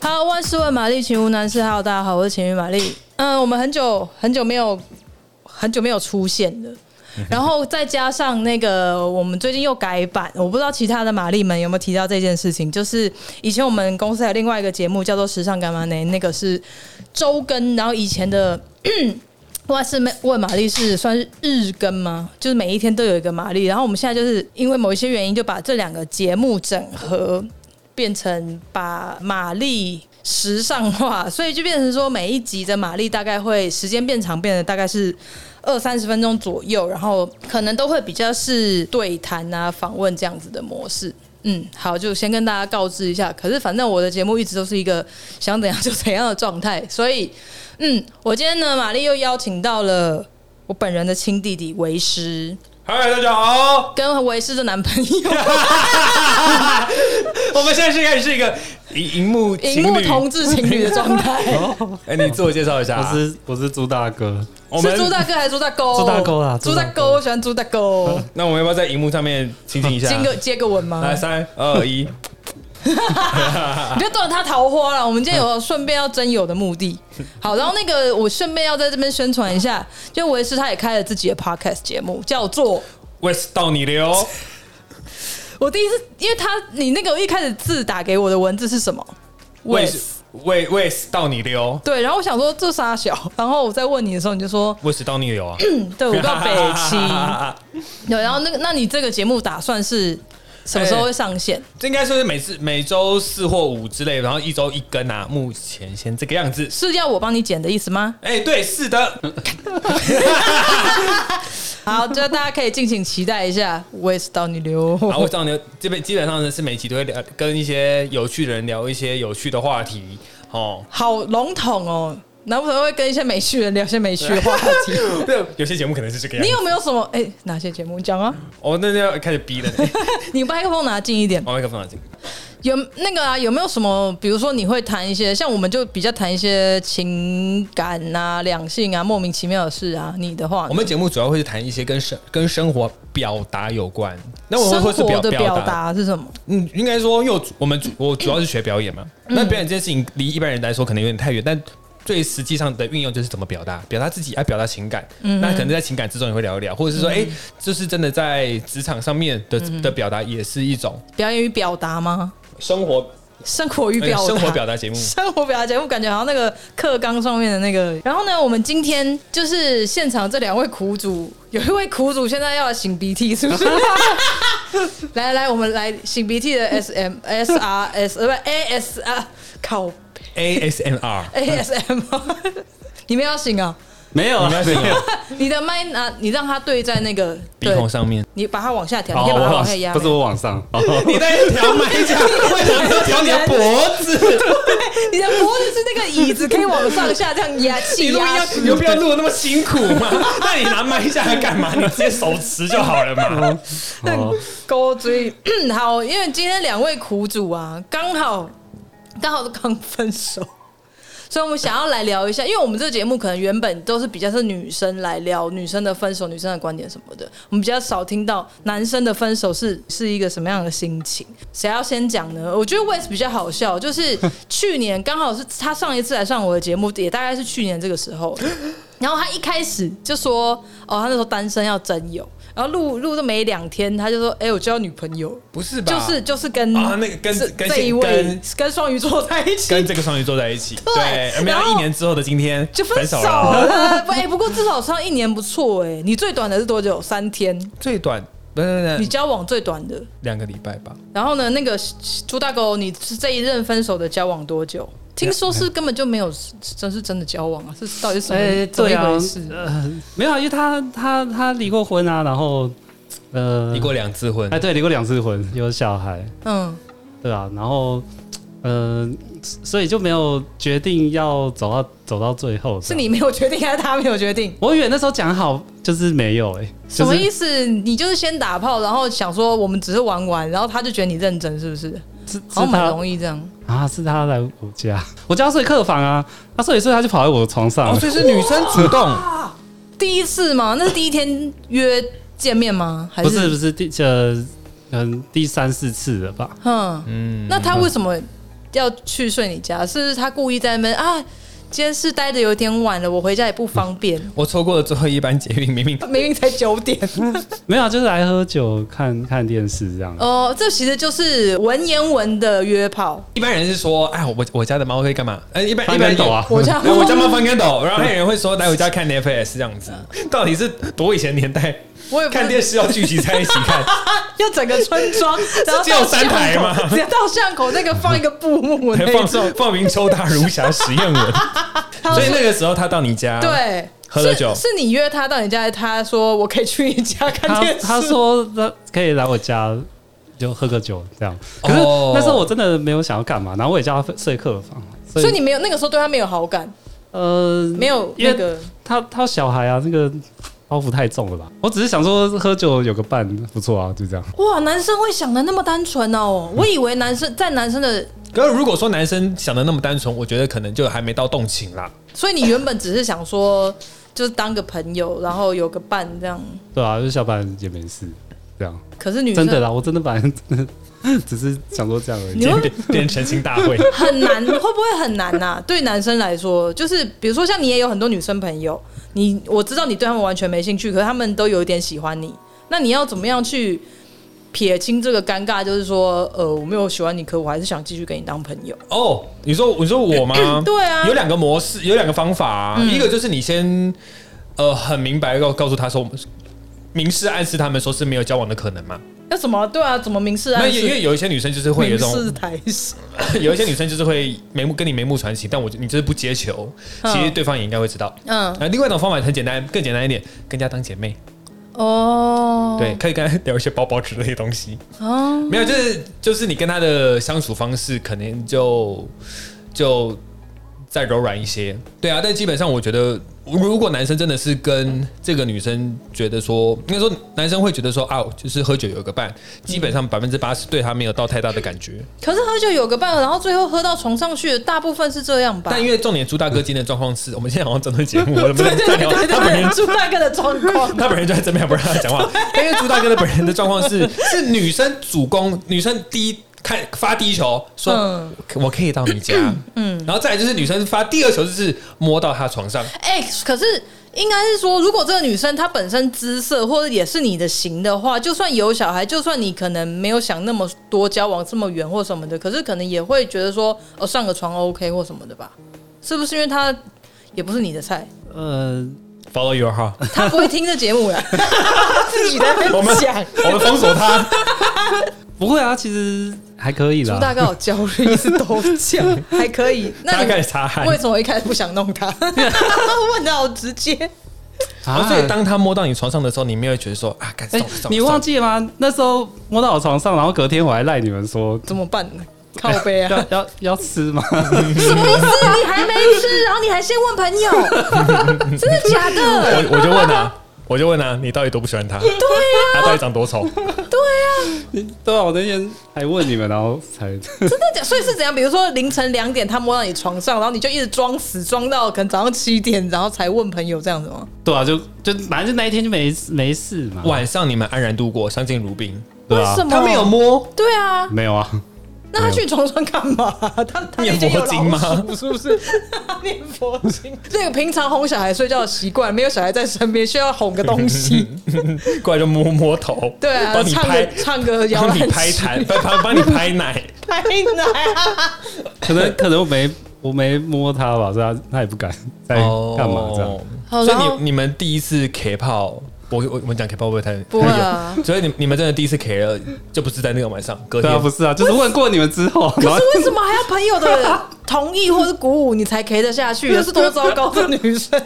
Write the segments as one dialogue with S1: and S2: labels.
S1: 好，万事问玛丽，情无难事。Hello，大家好，我是情侣玛丽。嗯，我们很久很久没有很久没有出现了，然后再加上那个我们最近又改版，我不知道其他的玛丽们有没有提到这件事情，就是以前我们公司还有另外一个节目叫做《时尚干嘛呢》，那个是周更，然后以前的。 万事问玛丽是算是日更吗？就是每一天都有一个玛丽。然后我们现在就是因为某一些原因，就把这两个节目整合，变成把玛丽时尚化，所以就变成说每一集的玛丽大概会时间变长，变得大概是二三十分钟左右，然后可能都会比较是对谈啊、访问这样子的模式。嗯，好，就先跟大家告知一下。可是反正我的节目一直都是一个想怎样就怎样的状态，所以嗯，我今天呢，玛丽又邀请到了我本人的亲弟弟为师，
S2: 嗨，大家好，
S1: 跟为师的男朋友。
S2: 我们现在是开始是一个荧荧幕
S1: 荧
S2: 情
S1: 幕
S2: 侣。
S1: 同志情侣的状态，
S2: 哎、你自我介绍一下、
S3: 我是我是朱大哥，
S2: 我
S1: 是
S2: 们
S1: 朱大哥还是朱大哥？
S3: 朱大哥啊
S1: 朱
S3: 朱
S1: 大
S3: 大
S1: 哥，我喜欢朱大哥。
S2: 那我们要不要在荧幕上面亲亲一 下
S1: 接？个接个吻吗
S2: 啊来，？三二一，
S1: 你不要断了他桃花了。我们今天有顺便要真有的目的。好，然后那个我顺便要在这边宣传一下，就维斯他也开了自己的 podcast 节目，叫做
S2: West 到你了哦。
S1: 我第一次，因为他你那个一开始字打给我的文字是什么
S2: West West West 到你了哦
S1: 对，然后我想说这傻小，然后我在问你的时候你就说，
S2: ，West 到你了啊。
S1: 嗯 对我 叫北七，对，然后那个那你这个节目打算是什么时候会上线？
S2: 这应该是每次每周四或五之类，然后一周一根啊。目前先这个样子。
S1: 是要我帮你剪的意思吗？
S2: 哎、对，是 的，
S1: 好，就大家可以敬请期待一下，我也是到你流。
S2: 然后到你这边基本上呢是每集都会聊，跟一些有趣的人聊一些有趣的话题 哦。
S1: 好笼统哦，难不成会跟一些美趣人聊些美趣的话 题？
S2: 对，有些节目可能是这个样
S1: 你
S2: 子。
S1: 有没有什么？哎、哪些节目你讲 啊？
S2: 哦，那就要开始逼 了呢。哦
S1: 你麦克风拿近一点。
S2: 把麦克风拿近。
S1: 有那个啊？有没有什么？比如说你会谈一些，像我们就比较谈一些情感啊、两性啊、莫名其妙的事啊。你的话呢，
S2: 我们节目主要会是谈一些跟生跟生活表达有关。那我们
S1: 生
S2: 会是
S1: 活
S2: 表
S1: 的
S2: 表
S1: 表
S2: 达，
S1: 达是什么？
S2: 嗯，应该说，因为我主我们主我主要是学表演嘛。
S1: 嗯
S2: 那表演这件事情离一般人来说可能有点太远，但最实际上的运用就是怎么表达，表达自己，爱哎表达情感。
S1: 嗯
S2: 那可能在情感之中也会聊一聊，或者是说，哎、就是真的在职场上面的
S1: 嗯
S2: 的表达也是一种
S1: 表演与表达吗？
S2: 生活
S1: 生活与
S2: 呃
S1: 表达、
S2: 生活表达节目。
S1: 生活表达节目，感觉好像那个课纲上面的那个。然后呢，我们今天就是现场这两位苦主，有一位苦主现在要擤鼻涕，是不 是？来来，我们来擤鼻涕的 S M S R S 呃不 A S 啊，靠
S2: ASMR。
S1: A S M，你们要擤啊？
S3: 没有
S2: 你们要什么？
S1: 你的麦拿，你让它对在那个
S2: 鼻
S1: 对，
S2: 孔上面，
S1: 你把它往下调，
S3: 哦，
S1: 你可以把它
S3: 我
S1: 往
S3: 往
S1: 下压，
S3: 不是我往上，哦
S2: 你在调麦 架，为什么要调你的脖子？
S1: 你的脖子是那个椅子可以往上下这样压
S2: 你
S1: 气
S2: 录音
S1: 压
S2: 要
S1: 式。
S2: 你又不要录的那么辛苦嘛？那你拿麦下来干嘛？你直接手持就好了嘛。
S3: 哦，
S1: 勾追 好，因为今天两位苦主啊，刚好刚好都刚分手，所以我们想要来聊一下，因为我们这个节目可能原本都是比较是女生来聊女生的分手、女生的观点什么的，我们比较少听到男生的分手是是一个什么样的心情。谁要先讲呢？我觉得 Wes 比较好笑，就是去年刚好是他上一次来上我的节目，也大概是去年这个时候。然后他一开始就说：“哦，他那时候单身要真友。”然后录录都没两天，他就说：“哎、我交女朋友。”
S2: 不是吧？
S1: 就是就是跟
S2: 啊那个跟
S1: 这
S2: 跟
S1: 这一位
S2: 跟
S1: 跟双鱼座在一起
S2: 跟这个双鱼座在一起，
S1: 对
S2: 对，而没
S1: 然
S2: 有
S1: 后
S2: 一年之后的今天
S1: 就分手
S2: 手了。
S1: 了。 不哎，不过至少上一年不错哎。你最短的是多久？三天。
S2: 最短不是不
S1: 你
S2: 是
S1: 交往最短的。
S2: 两个礼拜吧？
S1: 然后呢，那个朱大狗，你是这一任分手的交往多久？听说是根本就没有，真是真的交往啊？是到底是什么、
S3: 哎，
S1: 怎么
S3: 对
S1: 一
S3: 啊
S1: 回事？，
S3: 呃，没有啊，因为他他他离过婚啊，然后呃，
S2: 离过两次婚哦
S3: 哎，，对，离过两次婚，有小孩，
S1: 嗯，
S3: 对啊，然后呃，所以就没有决定要走到走到最后，
S1: 是你。没有决定，还是他没有决定？
S3: 我以为那时候讲好就是没有哎、
S1: 什
S3: 就
S1: 么
S3: 是
S1: 意思？你就是先打炮，然后想说我们只是玩玩，然后他就觉得你认真，是不是？
S3: 是是
S1: 好像蛮
S3: 他
S1: 容易这样。
S3: 啊，是他来我家，我家睡客房啊，他睡一睡他就跑在我床上了，
S2: 哦，所以是女生主动，
S1: 第一次吗？那是第一天约见面吗？还
S3: 不是不是第呃嗯第三四次了吧？
S1: 嗯，
S2: 嗯
S1: 那他为什么要去睡你家，是不是他故意在那边啊？今天是待的有点晚了，我回家也不方便，
S2: 我错过了最后一班捷运，明明
S1: 明明才九点。
S3: 没有啊，就是来喝酒、看看电视这样。
S1: 哦，这其实就是文言文的约炮。
S2: 一般人是说，哎，我我家的猫会干嘛？哎，一般一
S3: 翻
S2: 般
S3: 跟斗啊
S1: 我家
S2: 然后我家猫翻 跟斗，然后还有人会说来我家看 Netflix 这样子，到底是多以前年代？
S1: 我也不
S2: 看电视要聚集在一起看，
S1: 要整个村 庄，然后
S2: 只有
S1: 到
S2: 三台
S1: 巷口
S2: 吗
S1: 只要到巷口那个放一个布幕那
S2: 还
S1: 一
S2: 放
S1: 种，
S2: 放明周大儒侠实验 文，
S1: 他
S2: 所以
S1: 说
S2: 那个时候他到你家，，
S1: 对。
S2: 喝了酒
S1: 是是你约他到你家，他说我可以去你家看
S3: 他
S1: 电视。
S3: 他说那可以来我家就喝个酒这样，可是
S2: 哦
S3: 那时候我真的没有想要干嘛，然后我也叫他睡客房，啊所
S1: 所以
S3: 以
S1: 你没有那个时候对他没有好感，
S3: 呃
S1: 没有
S3: 因为
S1: 那个
S3: 他他小孩啊，那个包袱太重了吧？我只是想说喝酒有个伴不错啊，就这样。
S1: 哇，男生会想的那么单纯哦，我以为男生在男生的，
S2: 可是如果说男生想的那么单纯，我觉得可能就还没到动情啦。
S1: 所以你原本只是想说就是当个朋友，然后有个伴这样，
S3: 对啊，就是下班也没事，这样
S1: 可是女
S3: 真
S1: 生
S3: 的啦，我真的本来 真的只是想说这样而已
S1: 你。会
S2: 变变成情大 会，
S1: 很难，会不会很难呐、啊 对男生来说，就是比如说像你也有很多女生朋友，你我知道你对他们完全没兴趣，可是他们都有一点喜欢你，那你要怎么样去撇清这个尴尬？就是说，呃，我没有喜欢你，可我还是想继续跟你当朋友。
S2: 哦，你说你说我吗？
S1: 对啊嗯
S2: 有两个模式，有两个方法、啊一个就是你先呃很明白地告告诉他说，明示暗示他们说是没有交往的可能嘛。
S1: 要怎么对啊？怎么明示
S2: 那
S1: 暗
S2: 因因
S1: 示？
S2: 为有一些女生就是会有
S1: 明
S2: 一种，
S1: 示台词，
S2: 有一些女生就是会眉目跟你眉目传情，但我你就是不接球，
S1: 嗯
S2: 其实对方也应该会知道。
S1: 嗯，
S2: 那另外一种方法很简单，更简单一点，跟人家当姐妹，
S1: 哦，
S2: 对，，可以跟她聊一些包包之类的东西。
S1: 哦，
S2: 没有，就是就是你跟他的相处方式，可能就就再柔软一些。对啊，但基本上我觉得，如果男生真的是跟这个女生觉得说，应该说男生会觉得说啊，就是喝酒有个伴，基本上百分之八十对他没有到太大的感觉。
S1: 可是喝酒有个伴，然后最后喝到床上去，大部分是这样吧？
S2: 但因为重点，朱大哥今天的状况是我们现在好像整顿节目，我们
S1: 对对
S2: 在
S1: 对
S2: 聊
S1: 对
S2: 他本人
S1: 对，朱大哥的状况，
S2: 他本人就在这边，不让他 讲话。因为朱大哥的本人的状况是，是女生主攻，女生第一看发第一球，说、
S1: 嗯
S2: 我可以到你家，嗯，然后再来就是女生发第二球，就是摸到他床上，
S1: 哎、可是应该是说，如果这个女生她本身姿色或者也是你的型的话，就算有小孩，就算你可能没有想那么多交往这么远或什么的，可是可能也会觉得说，哦，上个床 OK 或什么的吧？是不是因为她也不是你的菜，
S3: 呃，
S2: follow your heart，
S1: 她不会听这节目啦，自己在那
S2: 我们
S1: 边讲。
S2: 我们封锁他，
S3: 不会啊，其实还可以
S1: 朱
S3: 啦。
S1: 大哥好焦虑，一直都讲，还可以。 那
S2: 大
S1: 你
S2: 概擦汗。
S1: 为什么一开始不想弄他？ 问的好直接。
S3: 啊
S1: 哦
S2: 然后啊所以当他摸到你床上的时候，你没有觉得说啊，干
S3: 哎、
S2: 送送
S3: 你忘记了吗？那时候摸到我床上，然后隔天我还赖你们说
S1: 怎么办呢？靠背啊！
S3: 要要要吃吗？
S1: 什么意思？你还没吃，然后你还先问朋友，真的假的？
S2: 我我就问啊，我就问啊，你到底多不喜欢他？对啊，他到底长多丑？
S3: 对啊，我那天还问你们，然后才
S1: 真的假？所以是怎样？比如说凌晨两点，他摸到你床上，然后你就一直装死，装到可能早上七点，然后才问朋友这样子吗？
S3: 对啊，就就反正就那一天就没没事嘛。
S2: 晚上你们安然度过，相敬如宾。
S3: 对
S1: 为
S3: 啊
S1: 什，么？
S2: 他没有摸，
S1: 对啊，
S3: 没有啊，
S1: 那他去床上干嘛？他他已
S2: 念
S1: 经有
S2: 佛
S1: 老
S2: 经 吗？
S1: 是不是？他念佛经，这个平常哄小孩睡觉的习惯，没有小孩在身边，需要哄个东西。
S2: 过来就摸摸头，
S1: 对啊，
S2: 帮你
S1: 唱
S2: 拍
S1: 个，唱个摇
S2: 帮
S1: 篮
S2: 你拍
S1: 曲
S2: 痰，帮帮帮你拍奶，
S1: 拍奶啊！
S3: 可能可能我没我没摸他吧，所以他他也不敢在干嘛这样。
S1: 哦好
S2: 所
S1: 然
S2: 以
S1: 后
S2: 你你们第一次 K 炮，我我我们讲 K 炮会不会太
S1: 不会啊
S2: 太远所以你你们真的第一次 K 了，就不是在那个晚上，隔
S3: 对啊，
S2: 天
S3: 不是啊，就是问过你们之后，然
S1: 可
S3: 后
S1: 是为什么还要朋友的同意或是鼓舞你才 K 得下去？这是多糟糕的女生！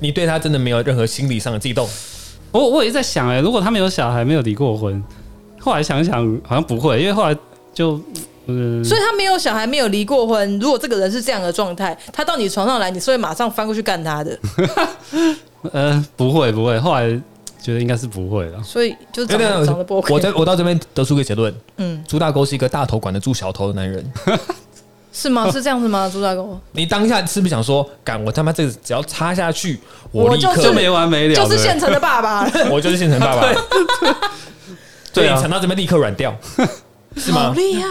S2: 你对他真的没有任何心理上的悸动，
S3: 我我也在想哎、如果他没有小孩，没有离过婚，后来想一想好像不会，因为后来就 嗯、
S1: 所以她没有小孩，没有离过婚。如果这个人是这样的状态，他到你床上来，你是会马上翻过去干他的。
S3: 呃不会不会，后来觉得应该是不会了。
S1: 所以就长得长得不 OK。
S2: 哎我在我到这边得出一个结论，
S1: 嗯
S2: 朱大沟是一个大头管得住小头的男人。
S1: 是吗？是这样子吗？朱大哥，
S2: 你当下是不是想说，敢我他妈这个只要插下去，
S1: 我
S2: 立
S1: 就
S2: 刻
S1: 是
S3: 就没完没了，
S1: 就是
S3: 对不对
S1: 现成的爸爸了，
S2: 我就是现成爸爸，所
S3: 对
S2: 以
S3: 啊
S2: 你尝到这边立刻软掉，是
S1: 好
S2: 吗？
S1: 厉害！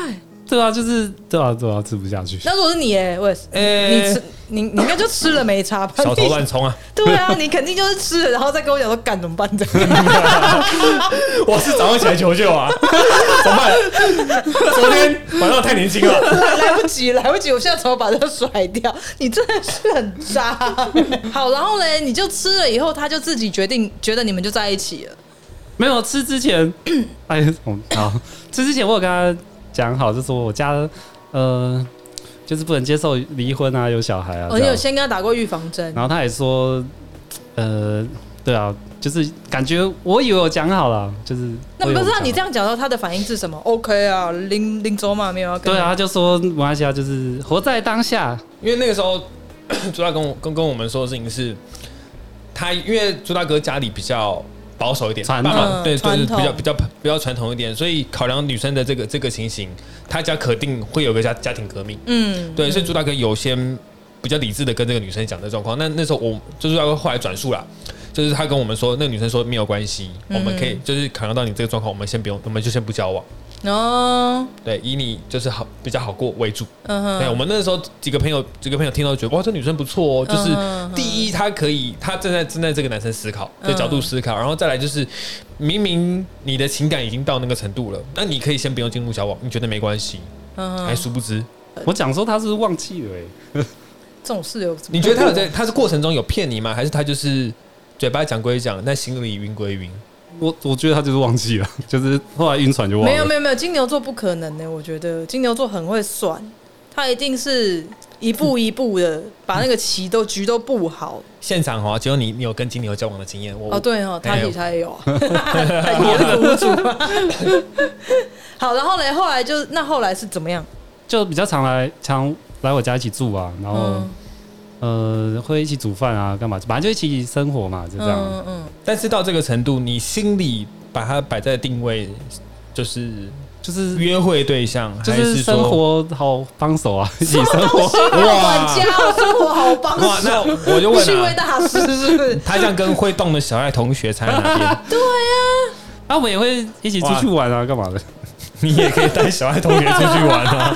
S3: 这对啊，就是对啊，对啊，吃不下去。
S1: 那如果是你哎、我也是，
S2: 哎
S1: 你吃你你应该就吃了没差吧？
S2: 小头乱冲啊！
S1: 对啊，你肯定就是吃了，然后再跟我讲说干怎么办这样。
S2: 我是早上起来求救 啊，怎么办？昨天晚上太年轻了，
S1: 来来不及，来不及，我现在只好把这个甩掉。你真的是很渣。欸好，然后嘞，你就吃了以后，他就自己决定，觉得你们就在一起了。
S3: 没有吃之前，哎，哦好吃之前我有跟他讲好，就说我家呃，就是不能接受离婚啊，有小孩啊，
S1: 我、
S3: 这
S1: 你哦
S3: 样
S1: 有先跟他打过预防针，
S3: 然后他也说，呃，对啊，就是感觉我以为我讲好了，就是
S1: 那
S3: 我以为
S1: 不
S3: 我
S1: 知道
S3: 讲
S1: 你
S3: 好
S1: 这样讲到他的反应是什么？OK 啊，拎拎走嘛，没有要跟
S3: 对啊，他就说马来西亚就是活在当下，
S2: 因为那个时候 朱大跟我跟跟我们说的事情是，他因为朱大哥家里比较保守一点，
S3: 传
S2: 爸妈
S1: 嗯
S2: 对就是
S1: 传统
S2: 比较比较比较传统一点，所以考量女生的这个这个情形，他家肯定会有个家家庭革命。
S1: 嗯，
S2: 对，所以朱大哥有先比较理智的跟这个女生讲的状况。那那时候我就是朱大哥后来转述啦，就是他跟我们说，那个女生说没有关系，我们
S1: 嗯
S2: 可以就是考量到你这个状况，我们先不用，我们就先不交往。
S1: 哦，
S2: 对，以你就是好比较好过为主。
S1: 嗯
S2: 对，我
S1: 哼，
S2: 们那时候几个朋友，几个朋友听到觉得哇，这女生不错哦。就是
S1: 嗯
S2: 第一，她可以，她正在正在这个男生思考的
S1: 嗯
S2: 角度思考，然后再来就是，明明你的情感已经到那个程度了，那你可以先不用进入交往，你觉得没关系？
S1: 嗯
S2: 还
S1: 哼，
S2: 殊不知，
S1: 呃
S3: 我讲说他是不是忘记了、欸，
S1: 这种事有什么
S2: 你觉得他有在，他是过程中有骗你吗？还是他就是嘴巴讲归讲，但心里云归云？
S3: 我我觉得他就是忘记了， 就是后来晕船就忘了。
S1: 没有没有没有，金牛座不可能欸呢、我觉得金牛座很会算，他一定是一步一步的把那个棋都局都布好。
S2: 现场哦，只有你，你有跟金牛交往的经验，我
S1: 哦，对哦，他
S2: 哎
S1: 也他也有啊，他也是无主啊。好，然后嘞，后来就那后来是怎么样？
S3: 就比较常来常来我家一起住啊，然后、
S1: 嗯
S3: 呃会一起煮饭啊，干嘛，反正就一起生活嘛，就这样。
S1: 嗯嗯，
S2: 但是到这个程度，你心里把它摆在定位，就是
S3: 就是
S2: 约会对象，
S3: 就
S2: 还
S3: 是
S2: 说
S3: 生活好帮手啊， 一起生活。
S1: 嗯管家，我生活好帮
S2: 哇，
S1: 手，
S2: 那我就问啊
S1: 趣味
S2: 了、
S1: 大师是不是？
S2: 他这样跟会动的小爱同学差在哪边？
S3: 啊，我们也会一起出去玩啊，干嘛的？
S2: 你也可以带小爱同学出去玩啊！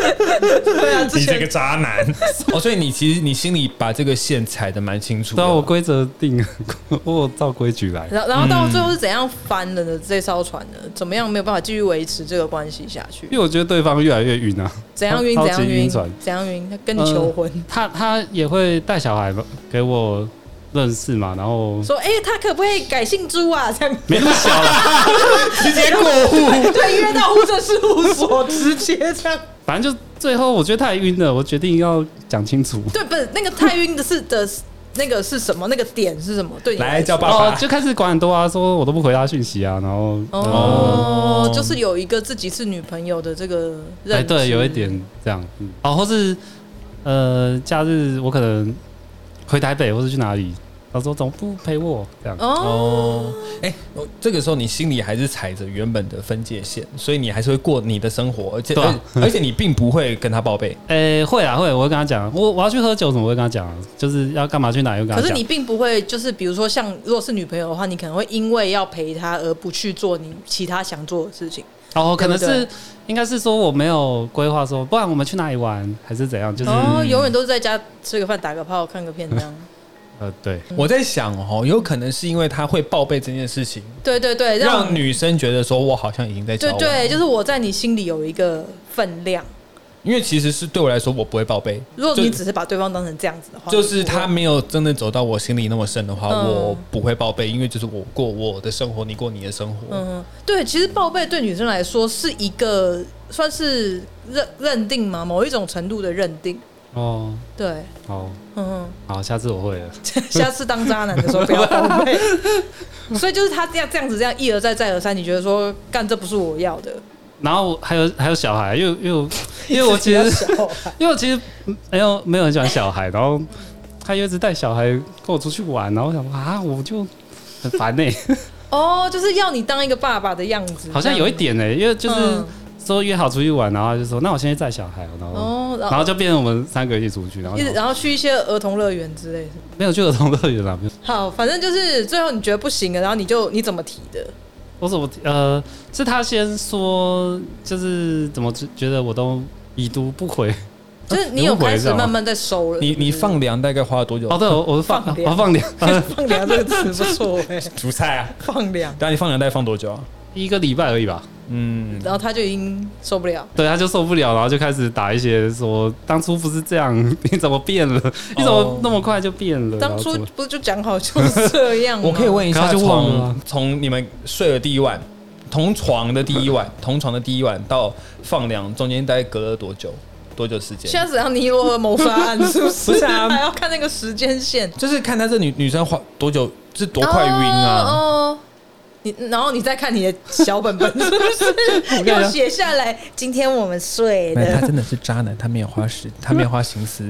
S1: 对啊，之前
S2: 渣男哦，所以你其实你心里把这个线踩的蛮清楚的。
S3: 对啊， 我规则定，我有照规矩来。
S1: 然后然后到最后是怎样翻了的这艘船呢？怎么样没有办法继续维持这个关系下去
S3: 因？为我觉得对方越来越晕啊，
S1: 怎样晕？
S3: 嗯超
S1: 怎
S3: 级
S1: 样
S3: 晕
S1: 晕
S3: 船？
S1: 怎样晕？他跟你求婚，
S3: 他他也会带小孩给我认识嘛，然后
S1: 说哎、他可不可以改姓朱啊？这样
S3: 没那么小了，
S2: 直接过户，
S1: 对，约到户政事务所直接这样。
S3: 反正就最后我觉得太晕了，我决定要讲清楚。
S1: 对，不是那个太晕的是的，那个是什么？那个点是什么？对你
S2: 来叫
S1: 说
S2: 爸爸
S3: 哦，就开始管很多啊，说我都不回他讯息啊，然后呃
S1: 哦，就是有一个自己是女朋友的这个认
S3: 哎，
S1: 知，
S3: 对，有一点这样，嗯，哦，或是呃，假日我可能回台北，或是去哪里，他说怎么不陪我这样？
S1: 哦。
S2: 哦，哎、我这个时候你心里还是踩着原本的分界线，所以你还是会过你的生活，而且、
S3: 对啊
S2: 而而且你并不会跟他报备。
S3: 哎，会啊会，我会跟他讲，我我要去喝酒，怎么会跟他讲啊？就是要干嘛去哪里，我跟他
S1: 可
S3: 讲。
S1: 是你并不会，就是比如说像如果是女朋友的话，你可能会因为要陪她而不去做你其他想做的事情。
S3: 哦，可能
S1: 对不对
S3: 是应该是说我没有规划，说不然我们去哪里玩，还是怎样？就是、
S1: 哦，永远都是在家吃个饭、打个炮、看个片这样。
S3: 呃，对，
S2: 我在想哦，有可能是因为他会报备这件事情，
S1: 对对对，
S2: 让女生觉得说我好像已经在交
S1: 哎对
S2: 往。
S1: 对，就是我在你心里有一个分量。
S2: 因为其实是对我来说，我不会报备。
S1: 如果你
S2: 就
S1: 只是把对方当成这样子的话，
S2: 就是
S1: 你不会
S2: 他没有真的走到我心里那么深的话，
S1: 嗯
S2: 我不会报备，因为就是我过我的生活，你过你的生活。
S1: 嗯，对，其实报备对女生来说是一个算是认认定嘛，某一种程度的认定。
S3: 哦，
S1: 对，
S3: 好
S1: 嗯
S3: 好，下次我会了。
S1: 哼， 下次当渣男的时候不要报 备。所以就是他这样这样子这样一而再再而三，你觉得说干这不是我要的，
S3: 然后我还有还有小孩，因为因为 我因为我其实
S1: 小孩
S3: 因为我其实没有没有很喜欢小孩，然后他又一直带小孩跟我出去玩，然后我想说啊，我就很烦 呢、
S1: 哦，就是要你当一个爸爸的样子，
S3: 好像有一点呢、因为就是
S1: 嗯
S3: 说约好出去玩，然后他就说那我先去带小孩哦，然后、
S1: 哦，然
S3: 然后
S1: 后
S3: 就变成我们三个一起出去，然后
S1: 一直呃然后去一些儿童乐园之类的。
S3: 没有去儿童乐园了，没有啊
S1: 好，反正就是最后你觉得不行了，然后你就你怎么提的？
S3: 我怎么呃，是他先说，就是怎么觉觉得我都已读不回。
S1: 就是你有
S3: 不回
S1: 开
S3: 这
S1: 始
S3: 样吗
S1: 慢慢在收了。
S2: 你你放凉大概花了多久？
S3: 哦，对，我我放
S1: 放凉
S3: 我放两
S1: 放凉这个词不错哎、
S2: 煮菜啊。
S1: 放凉。
S2: 但你放凉大概放多久啊？
S3: 一个礼拜而已吧。
S2: 嗯，
S1: 然后他就已经受不了，
S3: 对，他就受不了，然后就开始打一些说，当初不是这样， 你怎么变了？你怎么那么快就变了？
S1: 当初
S3: 然后
S1: 不是就讲好就是这样吗？
S2: 我可以问一
S3: 可
S2: 下，
S3: 他就忘了啊
S2: 从从你们睡的第一晚，同床的第一晚， 同床的第一晚到放凉中间大概隔了多久？多久时间？
S1: 现在只要尼罗河谋杀案是不是？
S2: 不是啊
S1: 还要看那个时间线，
S2: 就是看她这女女生花多久，是多快晕啊？
S1: 哦哦你然后你再看你的小本本，是不是
S3: 跟你
S1: 要
S3: 讲
S1: 写下来？今天我们睡
S2: 没有
S1: 的
S2: 他真的是渣男，他没有 花时，他没有花心思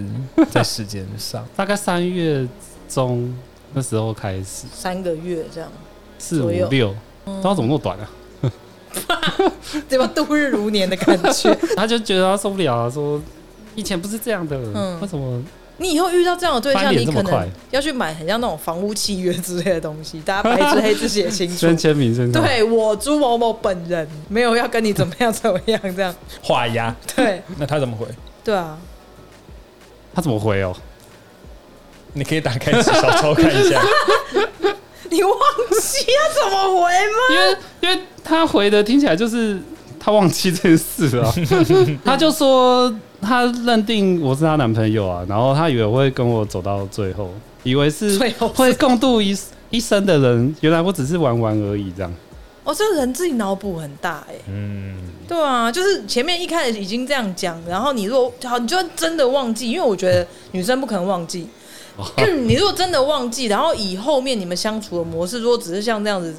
S2: 在时间上。
S3: 大概三月中那时候开始，
S1: 三个月这样，
S3: 四五
S1: 左右嗯
S3: 六，然后怎么那么短啊？
S1: 对吧？度日如年的感觉。
S3: 他就觉得他受不了啊，说以前不是这样的，
S1: 嗯
S3: 为什么？
S1: 你以后遇到这样的对
S3: 翻
S1: 象，
S3: 脸
S1: 你
S3: 这么
S1: 可
S3: 快
S1: 能要去买很像那种房屋契约之类的东西，大家白纸黑字写清楚。
S3: 先签名先，
S1: 对我朱某某本人没有要跟你怎么样怎么样这样，
S2: 画押，
S1: 对
S2: 那他怎么回？
S1: 对啊，
S3: 他怎么回哦？
S2: 你可以打开小抄看一 下。
S1: 你忘记要怎么回吗？
S3: 因为因为他回的听起来就是他忘记这件事 了啊、他就说他认定我是他男朋友啊，然后他以为我会跟我走到最后，以为是
S1: 最后是
S3: 会共度一一生的人，原来我只是玩玩而已这样。
S1: 哦，这个人自己脑补很大哎、
S2: 嗯，
S1: 对啊，就是前面一开始已经这样讲，然后你如果好，你就算真的忘记，因为我觉得女生不可能忘记。 你如果真的忘记，然后以后面你们相处的模式，如果只是像这样子，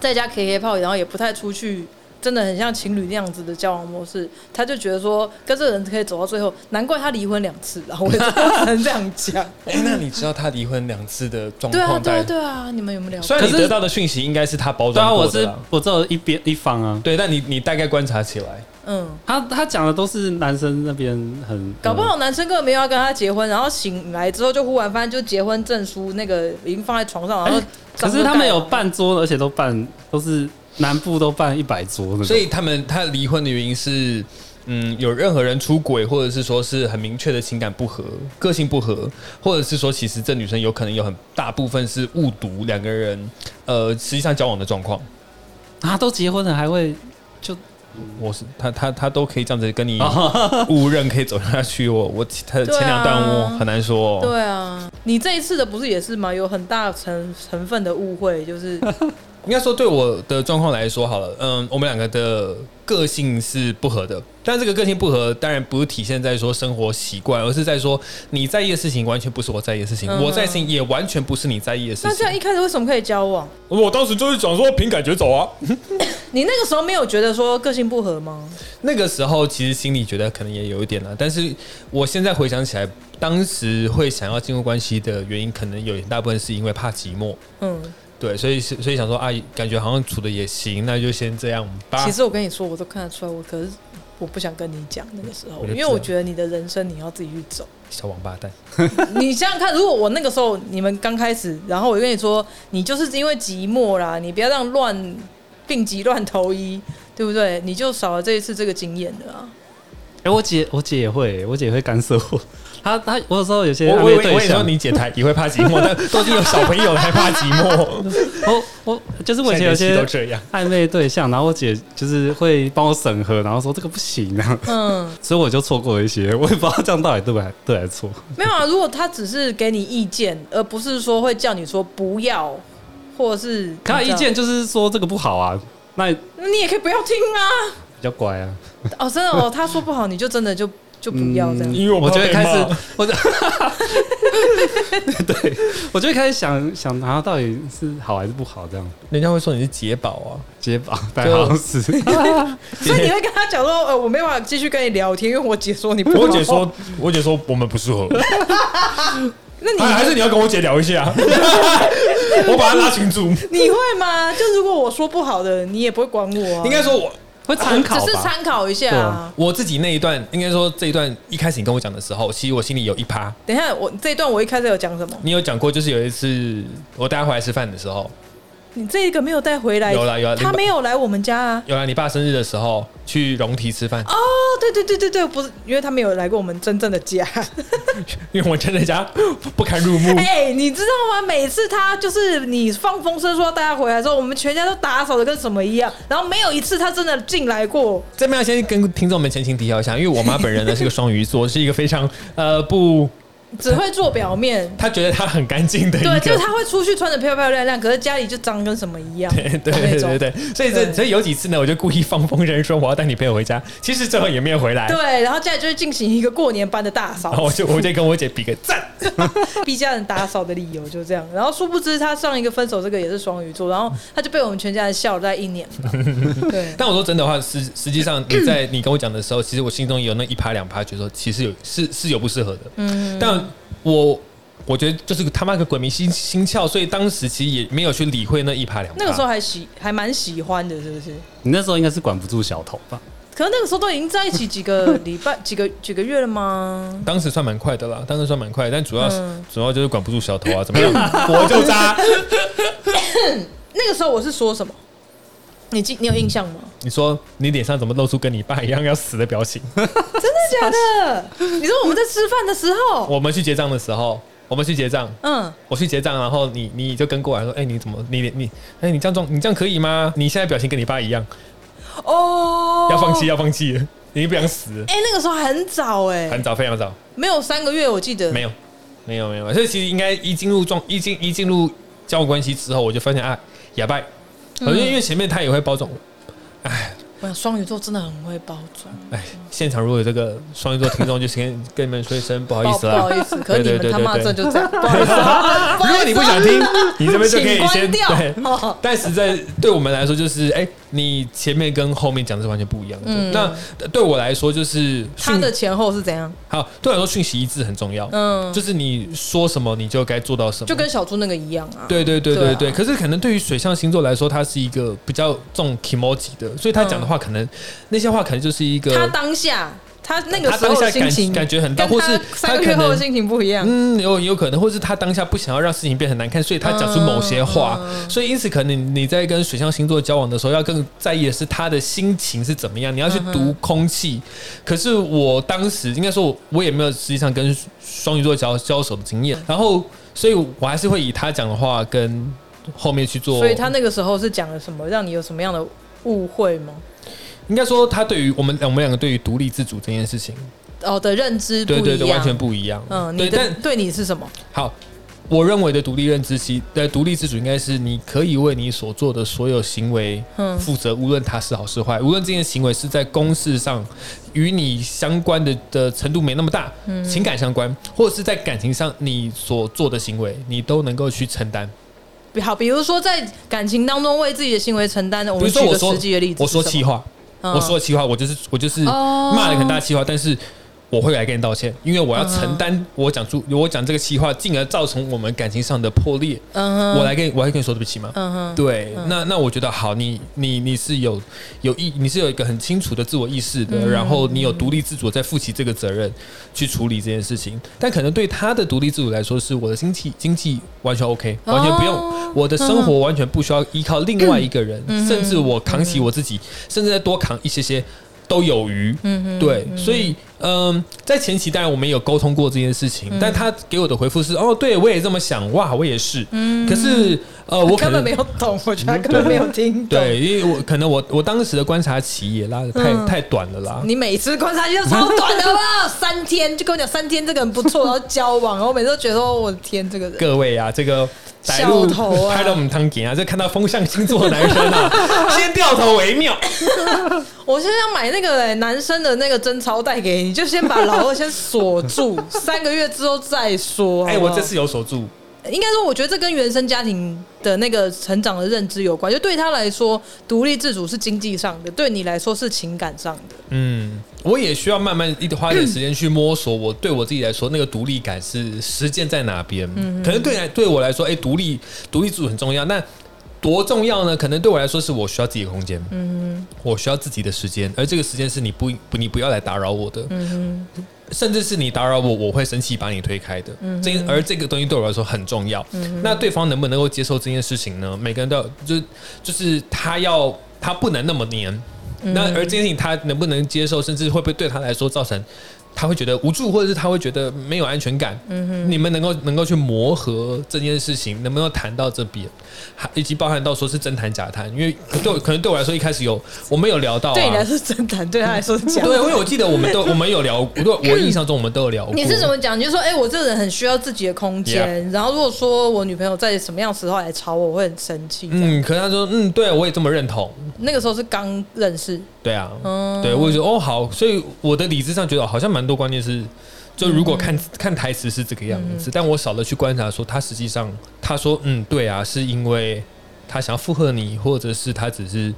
S1: 在家 K K 泡，然后也不太出去，真的很像情侣那样子的交往模式，他就觉得说跟这个人可以走到最后，难怪他离婚两次，然后我也只能这样讲。
S2: 哎、那你知道他离婚两次的状
S1: 对啊，
S2: 况
S1: 对
S2: 在？
S1: 啊，对啊，你们有没有聊过？
S2: 虽然你
S3: 可是
S2: 得到的讯息应该是他包
S3: 对啊，
S2: 装过
S3: 我
S2: 的
S3: 是
S2: 啦，
S3: 我只有一边一方啊。
S2: 对，但你你大概观察起来，
S1: 嗯。
S3: 他他讲的都是男生那边很
S1: 搞不好男生根本没有要跟她结婚，然后醒来之后就忽然发现，就结婚证书那个已经放在床上，然后
S3: 哎可是他们有办桌，而且都办都是南部都办一百桌那种，
S2: 所以他们他离婚的原因是，嗯，有任何人出轨，或者是说是很明确的情感不合、个性不合，或者是说其实这女生有可能有很大部分是误读两个人，呃，实际上交往的状况。
S3: 啊都结婚了还会就
S2: 我是他他他都可以这样子跟你误认，可以走下去。我我其他的
S1: 对啊
S2: 前两段我很难说、哦。
S1: 对啊，你这一次的不是也是吗？有很大成成分的误会，就是
S2: 应该说对我的状况来说好了，嗯，我们两个的个性是不合的，但这个个性不合，当然不是体现在说生活习惯，而是在说你在意的事情完全不是我在意的事情，
S1: 嗯
S2: 我在意的事情也完全不是你在意的事
S1: 那这
S2: 情
S1: 样。一开始为什么可以交往？
S2: 我当时就是想说凭感觉走啊，
S1: 你那个时候没有觉得说个性不合吗？
S2: 那个时候其实心里觉得可能也有一点啦，啊但是我现在回想起来，当时会想要进入关系的原因，可能有一大部分是因为怕寂寞。
S1: 嗯，
S2: 对，所以是所以想说啊，感觉好像处的也行，那就先这样吧。
S3: 啊
S1: 其实我跟你说，我都看得出来，我可是我不想跟你讲那个时候，
S2: 我就知道
S1: 因为我觉得你的人生你要自己去走。
S2: 小王八蛋，
S1: 你想想看，如果我那个时候你们刚开始，然后我就跟你说，你就是因为寂寞啦，你不要这样乱病急乱投医，对不对？你就少了这一次这个经验的啊。
S3: 哎、我姐我姐也会，我姐也会干涉我。她她我有时候有些
S2: 我
S3: 暧
S2: 我以为
S3: 昧
S2: 我
S3: 对
S2: 跟你说，
S3: 象，
S2: 你姐她也会怕寂寞，但都是有小朋友才怕寂 寞。
S3: 我我就是我以前有
S2: 现在年纪
S3: 些
S2: 都这样，
S3: 暧昧对象，然后我姐就是会帮我审核，然后说这个不行啊，
S1: 嗯，
S3: 所以我就错过了一些，我也不知道这样到底对不对对还是错。
S1: 没有啊。如果他只是给你意见，而不是说会叫你说不要，或者是
S3: 可她的意，见就是说这个不好啊，那也
S1: 那你也可以不要听啊。
S3: 比较乖啊。
S1: 哦，真的哦，他说不好，你就真的就就不要这样。
S2: 因为
S3: 我
S2: 怕
S3: 就会
S2: 被
S3: 开
S2: 骂
S3: 始，我就 对，我就会开始想想，然后到底是好还是不好这样。
S2: 人家会说你是解宝啊，
S3: 结巴，但好 像是
S1: 所以你会跟他讲说，呃，我没办法继续跟你聊天，因为我姐说你不
S2: 我
S1: 好
S2: 姐，说， 我姐说我们不 适合，
S1: 那你
S2: 啊还还是你要跟我姐聊一下， 我把她拉群组。
S1: 你会吗？就如果我说不好的，你也不会管我、啊。
S2: 应该说我
S3: 会参考吧。
S1: 只是参考一下、
S3: 对
S1: 啊
S3: 啊。
S2: 我自己那一段，应该说这一段一开始你跟我讲的时候，其实我心里有一趴。
S1: 等一下，我这一段我一开始有讲什么？
S2: 你有讲过，就是有一次我带她回来吃饭的时候，
S1: 你这个没有带回来，
S2: 有啦有啦
S1: 他没有来我们家啊。
S2: 有啦，你爸生日的时候去龙蹄吃饭，
S1: 哦，对对对对对，不是，因为他没有来过我们真正的家。
S2: 因为我真的家不堪入目。
S1: 哎、你知道吗？每次他就是你放风声说要带他回来之后，我们全家都打扫的跟什么一样，然后没有一次他真的进来过。
S2: 这边要先跟听众们前情提要一下，因为我妈本人呢是个双鱼座，是一个非常呃不，
S1: 只会做表面。
S2: 她觉得她很干净的一
S1: 对，
S2: 个，
S1: 就是他会出去穿的漂漂亮亮，可是家里就脏跟什么一样。
S2: 对对对对，所以这
S1: 对
S2: 所以有几次呢，我就故意放风筝说我要带你朋友回家，其实最后也没有回 来，哦
S1: 对，然后家里就会进行一个过年般的大
S2: 然后
S1: 扫
S2: 我，就我就跟我姐比个赞，
S1: 逼家人打扫的理由就这样。然后殊不知他上一个分手这个也是双鱼座，然后他就被我们全家人笑了大概一年 吧。对，
S2: 但我说真的话，实实际上你在你跟我讲的时候，其实我心中有那一趴两趴，觉得说其实有是是有不适合的。嗯，但我我觉得就是他妈个鬼迷心心窍，所以当时其实也没有去理会那一趴两趴。
S1: 那个时候还喜还蛮喜欢的，是不是？
S3: 你那时候应该是管不住小头吧？
S1: 可是那个时候都已经在一起几个礼拜、几个几个月了吗？
S2: 当时算蛮快的啦，当时算蛮快，但主要、
S1: 嗯
S2: 主要就是管不住小头 啊，怎么样？我就渣。
S1: 那个时候我是说什么？你记你有印象吗？
S2: 你说你脸上怎么露出跟你爸一样要死的表情？
S1: 真的假 的？你说我们在吃饭的时候，
S2: 我们去结账的时候，我们去结账，
S1: 嗯，
S2: 我去结账，然后你你就跟过来说，哎、你怎么你你哎、你这样装你这样可以吗？你现在表情跟你爸一样，
S1: 哦，
S2: 要放弃啊要放弃了，你不想死了，
S1: 哎、那个时候很早哎、
S2: 很早非常早，
S1: 没有三个月，我记得
S2: 没有没有没有，所以其实应该一进入状一进一进入交往关系之后，我就发现啊，哑巴，
S1: 嗯
S2: 因为因为前面他也会包装。哎
S1: 有。双鱼座真的很会包装，
S2: 哎，现场如果有这个双鱼座听众，就先跟你们说一声不好意
S1: 不
S2: 思
S1: 哦不
S2: 啦
S1: 好。意思，可是你
S2: 对
S1: 们
S2: 对对
S1: 他妈
S2: 对
S1: 真的
S2: 对
S1: 就这样，不好意思啊，
S2: 如果你不想听，你这边就可 以
S1: 请
S2: 先
S1: 关掉
S2: 对。
S1: 哦
S2: 但实在对我们来说，就是哎、你前面跟后面讲的是完全不一样的。
S1: 嗯
S2: 那对我来说，就是
S1: 他
S2: 讯
S1: 的前后是怎样？
S2: 好，对我来说讯息一致很重要。
S1: 嗯，
S2: 就是你说什么，你就该做到什么。
S1: 就跟小猪那个一样啊。
S2: 对对对
S1: 对
S2: 对
S1: 啊
S2: 对，可是可能对于水象星座来说，它是一个比较重 emoji 的，所以他讲的话可能、那些话可能就是一个
S1: 嗯他当下，他那个
S2: 他
S1: 时
S2: 当
S1: 候
S2: 下
S1: 的心
S2: 感
S1: 情
S2: 感觉很大，
S1: 跟
S2: 或
S1: 他
S2: 是
S1: 三
S2: 他
S1: 个
S2: 可
S1: 月后的
S2: 能
S1: 心情不一样。
S2: 嗯，有有可能，或是他当下不想要让事情变很难看，所以他讲出某些话，
S1: 嗯
S2: 所以因此可能你在跟水象星座交往的时候，要更在意的是他的心情是怎么样，你要去
S1: 嗯
S2: 读空气。可是我当时应该说我，我也没有实际上跟双鱼座交交手的经
S1: 嗯
S2: 验，然后所以我还是会以他讲的话跟后面去做。
S1: 所以他那个时候是讲了什么，让你有什么样的误会吗？
S2: 应该说他对于我们我们两个对于独立自主这件事情，
S1: 哦的认知不一
S2: 对
S1: 样，
S2: 对对，完全不一样。
S1: 嗯，
S2: 对，
S1: 你
S2: 但
S1: 的对你是什么？
S2: 好，我认为的独立认知其的独立自主应该是你可以为你所做的所有行为
S1: 嗯
S2: 负责，无论它是好是坏，无论这件行为是在公事上与你相关的的程度没那么大，情感相关，或者是在感情上你所做的行为，你都能够去承担。
S1: 好，比如说在感情当中为自己的行为承担的，我
S2: 比
S1: 们
S2: 如
S1: 举
S2: 说我
S1: 个
S2: 说
S1: 实际的例子
S2: 我
S1: 是什么，
S2: 说气话，
S1: 嗯
S2: 我说气话，我就是我就是
S1: 哦
S2: 骂了很大气话，但是。我会来跟你道歉，因为我要承
S1: 嗯
S2: 担我讲出我讲这个气话，进而造成我们感情上的破裂。
S1: 嗯哼，
S2: 我来跟你，我还跟你说对不起吗？
S1: 嗯哼，
S2: 对，那那我觉得好，你你你是有有意，你是有一个很清楚的自我意识的，然后你有
S1: 嗯
S2: 独立自主在负起这个责任去处理这件事情。但可能对他的独立自主来说，是我的经济经济完全 OK，
S1: 哦
S2: 完全不用、我的生活完全不需要依靠另外一个人，
S1: 嗯
S2: 甚至我扛起我自己，甚至再多扛一些些。都有余，
S1: 嗯
S2: 对，所以，嗯，在前期当然我们有沟通过这件事
S1: 嗯
S2: 情，但他给我的回复是，哦，对我也这么想，哇，我也是，可是，呃，我可
S1: 根
S2: 能
S1: 本
S2: 嗯
S1: 没有懂，我嗯觉得他根本没有听懂。嗯
S2: 对，因为我可能我我当时的观察期也拉的太、太短了啦。
S1: 你每次观察期都超短的，好不好？三天就跟我讲三天这个人不错，然后交往，然后我每次都觉得说我的天，这个人
S2: 各位啊，这个歹
S1: 小
S2: 路
S1: 头啊
S2: 拍到我们汤给啊，这看到风象星座的男生 啊，先掉头为妙。
S1: 我现在要买那个、欸、男生的那个贞操带给你，就先把老二先锁 住，三个月之后再说。
S2: 哎、
S1: 好不
S2: 我
S1: 好
S2: 这次有守住，
S1: 应该说，我觉得这跟原生家庭的那个成长的认知有关。就对他来说，独立自主是经济上的，对你来说是情感上的。
S2: 嗯，我也需要慢慢一花一点时间去摸索我。对我自己来说，那个独立感是实践在哪边？可能对来对我来说，哎、独立独立自主很重要。那多重要呢？可能对我来说，是我需要自己的空间，嗯，我需要自己的时间，而这个时间是你不不你不要来打扰我的。甚至是你打扰我，我会生气把你推开的。
S1: 嗯
S2: 这而这个东西对我来说很重要。那对方能不能够接受这件事情呢？每个人都要就是就是他要他不能那么黏。
S1: 嗯
S2: 那而这件事情他能不能接受，甚至会不会对他来说造成他会觉得无助，或者是他会觉得没有安全感？
S1: 嗯
S2: 你们能够能够去磨合这件事情，能不能够谈到这边，还以及包含到说是真谈假谈？因为对我可能对我来说一开始有我们有聊到、啊，
S1: 对你来说是真谈，对他来说是假。
S2: 对，因为我记得我们都我们有聊，对我印象中我们都有聊过。
S1: 你是怎么讲？你就说，哎、我这个人很需要自己的空间。然后如果说我女朋友在什么样时候来吵我，我会很生气。嗯，
S2: 嗯，可是他说，嗯，对我也这么认同，
S1: 那个时候是刚认识，
S2: 对啊，
S1: 嗯
S2: 对我就觉得哦好，所以我的理智上觉得好像蛮多关键是，就如果
S1: 嗯
S2: 看、看台词是这个样子，但我少了去观察说他实际上他说嗯对啊，是因为他想要附和你，或者是他只是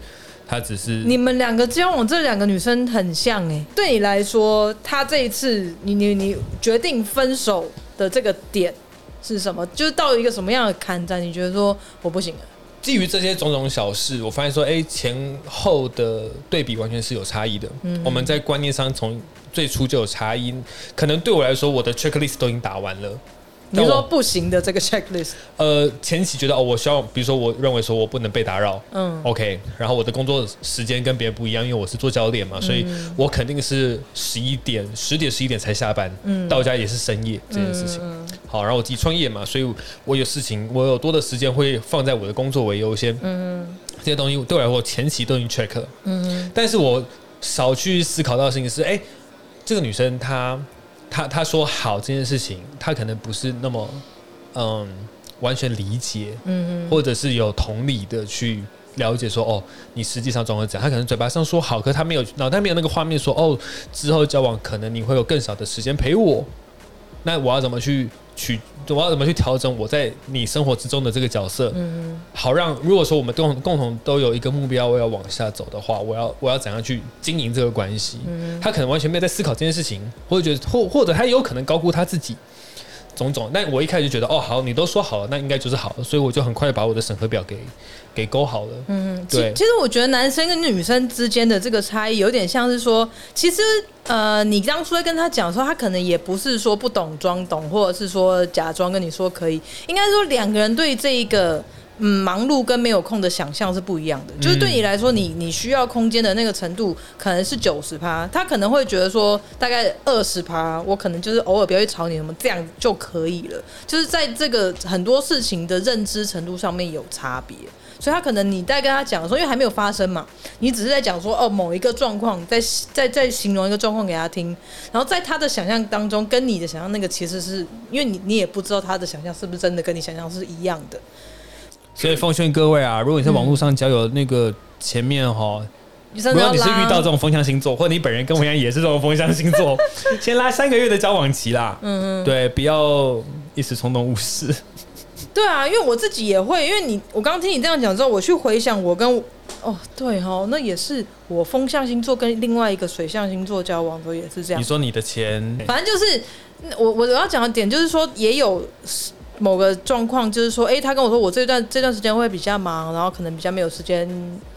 S2: 他只是
S1: 你们两个交往，这两个女生很像哎、对你来说，她这一次你你你决定分手的这个点是什么？就是到一个什么样的坎站？你觉得说我不行了？
S2: 基于这些种种小事，我发现说，哎、前后的对比完全是有差异的。我们在观念上从最初就有差异，可能对我来说，我的 checklist 都已经打完了。
S1: 你是
S2: 但
S1: 说
S2: 我
S1: 不行的这个 checklist，
S2: 呃，前期觉得哦，我希望，比如说，我认为说我不能被打扰，
S1: 嗯
S2: 嗯，OK，然后我的工作时间跟别人不一样，因为我是做教
S1: 嗯
S2: 练嘛，所以我肯定是十一点、十点、十一点才下班，
S1: 嗯
S2: 到家也是深夜这件事情。好，然后我自己创业嘛，所以我有事情，我有多的时间会放在我的工作为优先，
S1: 嗯
S2: 这些东西对我来说，我前期都已经 check 了，
S1: 嗯
S2: 但是我少去思考到的事情是，哎、这个女生她她她说好这件事情，她可能不是那么嗯完全理解，
S1: 嗯
S2: 或者是有同理的去了解说，哦，你实际上状况是怎样？她可能嘴巴上说好，可她没有脑袋没有那个画面说，哦，之后交往可能你会有更少的时间陪我，那我要怎么去取？我要怎么去调整我在你生活之中的这个角色？
S1: 嗯
S2: 好让如果说我们共共同都有一个目标，我要往下走的话，我要我要怎样去经营这个关系？他可能完全没有在思考这件事情，或者觉得或或者他有可能高估他自己。种种，但我一开始就觉得，哦，好，你都说好了，那应该就是好了，所以我就很快把我的审核表给给勾好了。
S1: 嗯，其
S2: 对
S1: 其实我觉得男生跟女生之间的这个差异，有点像是说，其实呃，你当初在跟他讲的时候，他可能也不是说不懂装懂，或者是说假装跟你说可以，应该说两个人对这一个。嗯，忙碌跟没有空的想象是不一样的。就是对你来说，你你需要空间的那个程度可能是九十趴，他可能会觉得说大概二十趴，我可能就是偶尔不要去吵你什么，这样就可以了。就是在这个很多事情的认知程度上面有差别。所以他可能你在跟他讲的时候，因为还没有发生嘛，你只是在讲说哦某一个状况，在在在形容一个状况给他听，然后在他的想象当中跟你的想象那个其实是因为你你也不知道他的想象是不是真的跟你想象是一样的，
S2: 所以奉劝各位啊，如果你在网络上交友，那个前面哈，
S1: 甚至
S2: 如果
S1: 要
S2: 啊你是遇
S1: 拉
S2: 到这种风象星座，或者你本人跟我一样也是这种风象星座，先拉三个月的交往期啦。嗯嗯，对，不要一时冲动误事。
S1: 对啊，因为我自己也会，因为你我刚听你这样讲之后，我去回想我跟哦对哦，那也是我风象星座跟另外一个水象星座交往的时候也是这样
S2: 你，说你的钱，
S1: 反正就是我我要讲的点就是说，也有某个状况，就是说，诶，他跟我说我这段这段时间会比较忙，然后可能比较没有时间，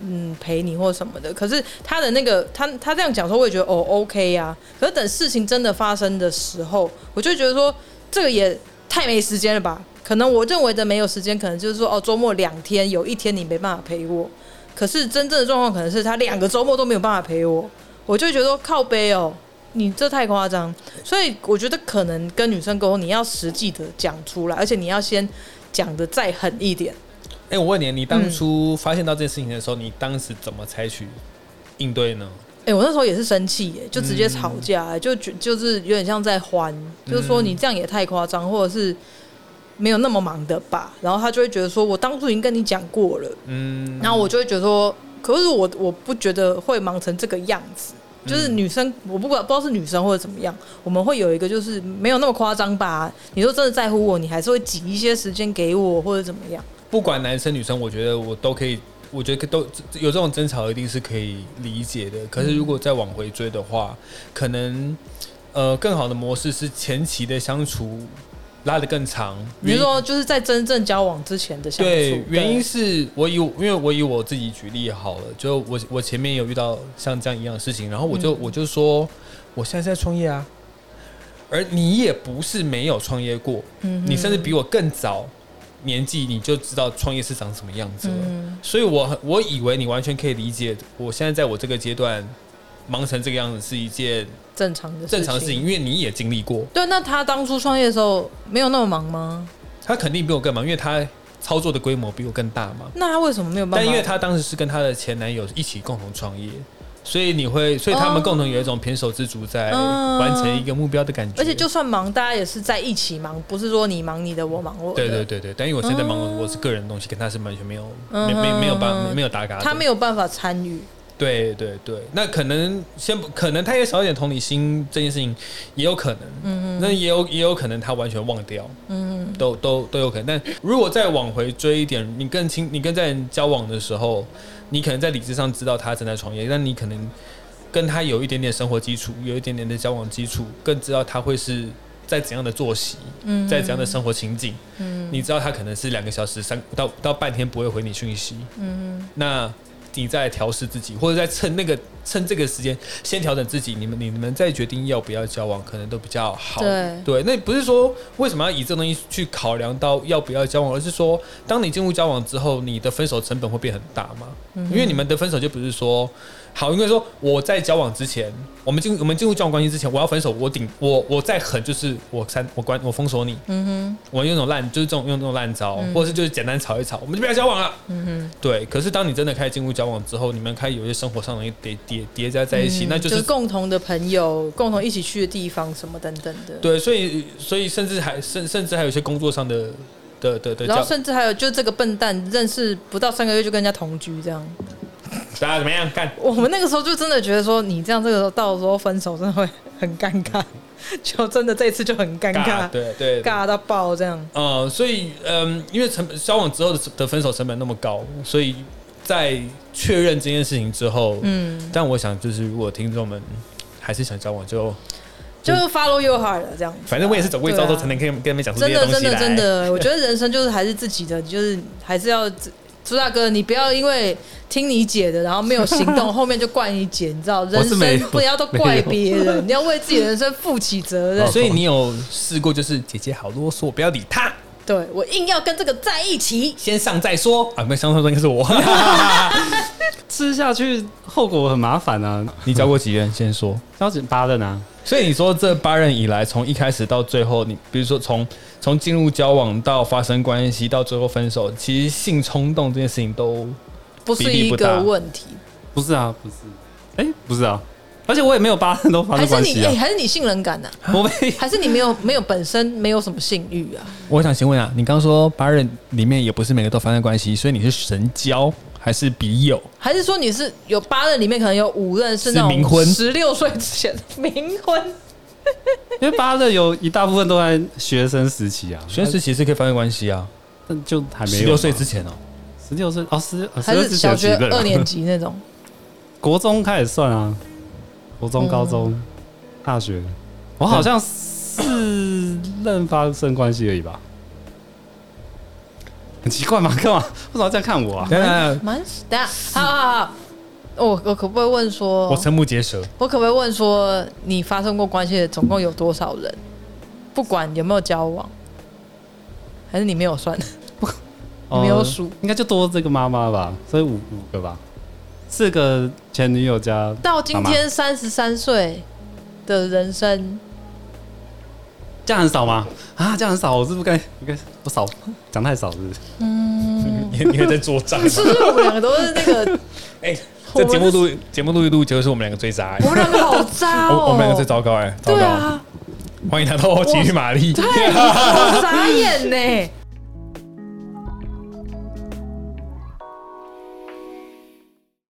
S1: 嗯，陪你或什么的。可是他的那个他他这样讲说，我也觉得哦，OK 呀、可是等事情真的发生的时候，我就觉得说这个也太没时间了吧？可能我认为的没有时间，可能就是说哦，周末两天有一天你没办法陪我。可是真正的状况可能是他两个周末都没有办法陪我，我就觉得说靠背哦，你这太夸张。所以我觉得可能跟女生沟通，你要实际的讲出来，而且你要先讲的再狠一点。
S2: 哎、我问你，你当初发现到这件事情的时候，你当时怎么采取应对呢？
S1: 哎、我那时候也是生气耶，就直接吵架耶，就觉就是有点像在还，就是说你这样也太夸张，或者是没有那么忙的吧。然后他就会觉得说，我当初已经跟你讲过了，
S2: 嗯，
S1: 然后我就会觉得说，可是我我不觉得会忙成这个样子。就是女生，我不管不知道是女生或者怎么样，我们会有一个就是没有那么夸张吧。你说真的在乎我，你还是会挤一些时间给我或者怎么样。
S2: 不管男生女生，我觉得我都可以，我觉得都有这种争吵，一定是可以理解的。可是如果再往回追的话，可能呃更好的模式是前期的相处拉得更长。
S1: 你是说就是在真正交往之前的相处？
S2: 对，原因是我以因为我以我自己举例好了，就我我
S1: 嗯
S2: 前面有遇到像这样一样的事情，然后我就、我就说我现在在创业啊，而你也不是没有创业过，
S1: 嗯
S2: 你甚至比我更早年纪，你就知道创业是长什么样子了。
S1: 嗯
S2: 所以我很我以为你完全可以理解，我现在在我这个阶段忙成这个样子是一件
S1: 正常的
S2: 正常的事情，。因为你也经历过。
S1: 对，那他当初创业的时候没有那么忙吗？
S2: 他肯定比我更忙，因为他操作的规模比我更大嘛。
S1: 那他为什么没有办法？
S2: 但因为她当时是跟她的前男友一起共同创业，所以你会，所以他们
S1: 哦
S2: 共同有一种胼手胝足在
S1: 嗯
S2: 完成一个目标的感觉。
S1: 而且哦就算忙，大家也是在一起忙，不是说你忙你的，我忙我的。
S2: 对对对对，但因为我现在忙我我是个人的东西，跟他是完全没有没
S1: 嗯哼
S2: 没没有
S1: 嗯
S2: 办
S1: 哼
S2: 没有搭嘎的。
S1: 他没
S2: 有
S1: 有办法参与。
S2: 对对对，那可能先不可能他也少一点同理心，这件事情也有可能。嗯那也有也有可能他完全忘掉。
S1: 嗯，
S2: 都都都有可能。但如果再往回追一点，你更亲，你跟这人交往的时候，你可能在理智上知道他正在创业，但你可能跟他有一点点生活基础，有一点点的交往基础，更知道他会是在怎样的作息，
S1: 嗯
S2: 在怎样的生活情景。
S1: 嗯
S2: 你知道他可能是两个小时、三到到半天不会回你讯息，
S1: 嗯
S2: 那你再调试自己，或者在趁那个趁这个时间先调整自己，你们你们再决定要不要交往，可能都比较好。
S1: 对
S2: 那不是说为什么要以这东西去考量到要不要交往，而是说当你进入交往之后，你的分手成本会变很大嘛？因为你们的分手就不是说。好，应该说我在交往之前，我们进我们进入交往关系之前，我要分手，我顶我我再狠就是我删我关我封锁你，
S1: 嗯哼，
S2: 我用那种烂，就是这种用那种烂招，或者是就是简单吵一吵，我们就不要交往了。
S1: 嗯哼，
S2: 对，可是当你真的开始进入交往之后，你们开始有一些生活上的东西叠叠叠加在一起，
S1: 嗯
S2: 那就
S1: 就是共同的朋友，共同一起去的地方，什么等等的。
S2: 对，所以所以甚至还甚甚至还有一些工作上的的的的
S1: 然后
S2: 交，
S1: 甚至还有，就这个笨蛋认识不到三个月就跟人家同居这样，
S2: 大家怎么样干？
S1: 我们那个时候就真的觉得说，你这样这个时候到时候分手真的会很尴尬，就真的这一次就很尴
S2: 尬，
S1: 尬，
S2: 对对。
S1: 尬到爆这样。
S2: 呃，所以嗯，因为成本交往之后的的分手成本那么高，所以在确认这件事情之后，
S1: 嗯，
S2: 但我想就是如果听众们还是想交往就，
S1: 就是 follow your heart 了这样子啊。
S2: 反正我也是走过一遭之后
S1: 对啊
S2: 才能跟跟他们讲出这
S1: 真
S2: 些
S1: 的
S2: 东西来。
S1: 真的真 的，我觉得人生就是还是自己的，就是还是要自朱大哥，你不要因为听你姐的，然后没有行动，后面就怪你姐，你知道， 人
S3: 是没有
S1: 生不要都怪别人，你要为自己的人生负起责任
S3: 哦。
S2: 所以你有试过，就是姐姐好啰嗦，不要理她，
S1: 对我硬要跟这个在一起，
S2: 先上再说啊！没有上上说应该 是我。
S3: 吃下去后果很麻烦啊，
S2: 你交过几任？先说。
S3: 交警八任啊，
S2: 所以你说这八任以来，从一开始到最后，你比如说从从进入交往到发生关系到最后分手，其实性冲动这件事情都
S1: 不是
S2: 比例
S1: 一
S2: 不大
S1: 个问题。
S3: 不是啊，不是，哎、不是啊，而且我也没有八任都发
S1: 还
S3: 生
S1: 是
S3: 关
S1: 你
S3: 系啊
S1: 哎、，还是你性冷感呐、啊？
S2: 我没。
S1: 还是你 没有没有本身没有什么性欲啊？
S2: 我想请问啊，你刚刚说八任里面也不是每个都发生关系，所以你是神交还是笔友？
S1: 还是说你是有八任里面可能有五任是那
S2: 是
S1: 种
S2: 冥婚
S1: 十六岁之前的冥婚？
S3: 因为八任有一大部分都在学生时期啊，
S2: 学生时期是可以发生关系啊，
S3: 但就还没有
S2: 十六岁之前哦、
S3: 十六岁哦，十
S1: 还
S3: 十六
S1: 是小学二年
S3: 级，
S1: 级那种？
S3: 国中开始算啊，国中、高中、
S1: 嗯
S3: 大学，我好像四任发生关系而已吧，很奇怪吗？干嘛？为什么要这样看我啊？
S2: 等等，
S1: 哎蛮等一下，好好好，我我可不可以问说，
S2: 我
S1: 我
S2: 瞠目结舌。
S1: 可不可以问说，你发生过关系的总共有多少人？不管有没有交往，还是你没有算？
S3: 哦
S1: 没有数，
S3: 应该就多这个妈妈吧，所以五五个吧，四个前女友加
S1: 到今
S3: 妈妈
S1: 天三十三岁的人生，
S3: 这样很少吗？啊，这样很少，我是不是该应该我少讲太少是不是？
S2: 你你会在做账？
S1: 是不是我们两个都是那个？
S2: 哎、这节目录节目录一录，结果是我们两个最渣、哎
S1: 我们两个好渣
S2: 我
S1: 哦！
S2: 我们两个最糟糕哎、糟
S1: 对
S2: 糕！
S1: 啊，
S2: 欢迎来到情绪玛丽。
S1: 对，我傻眼呢。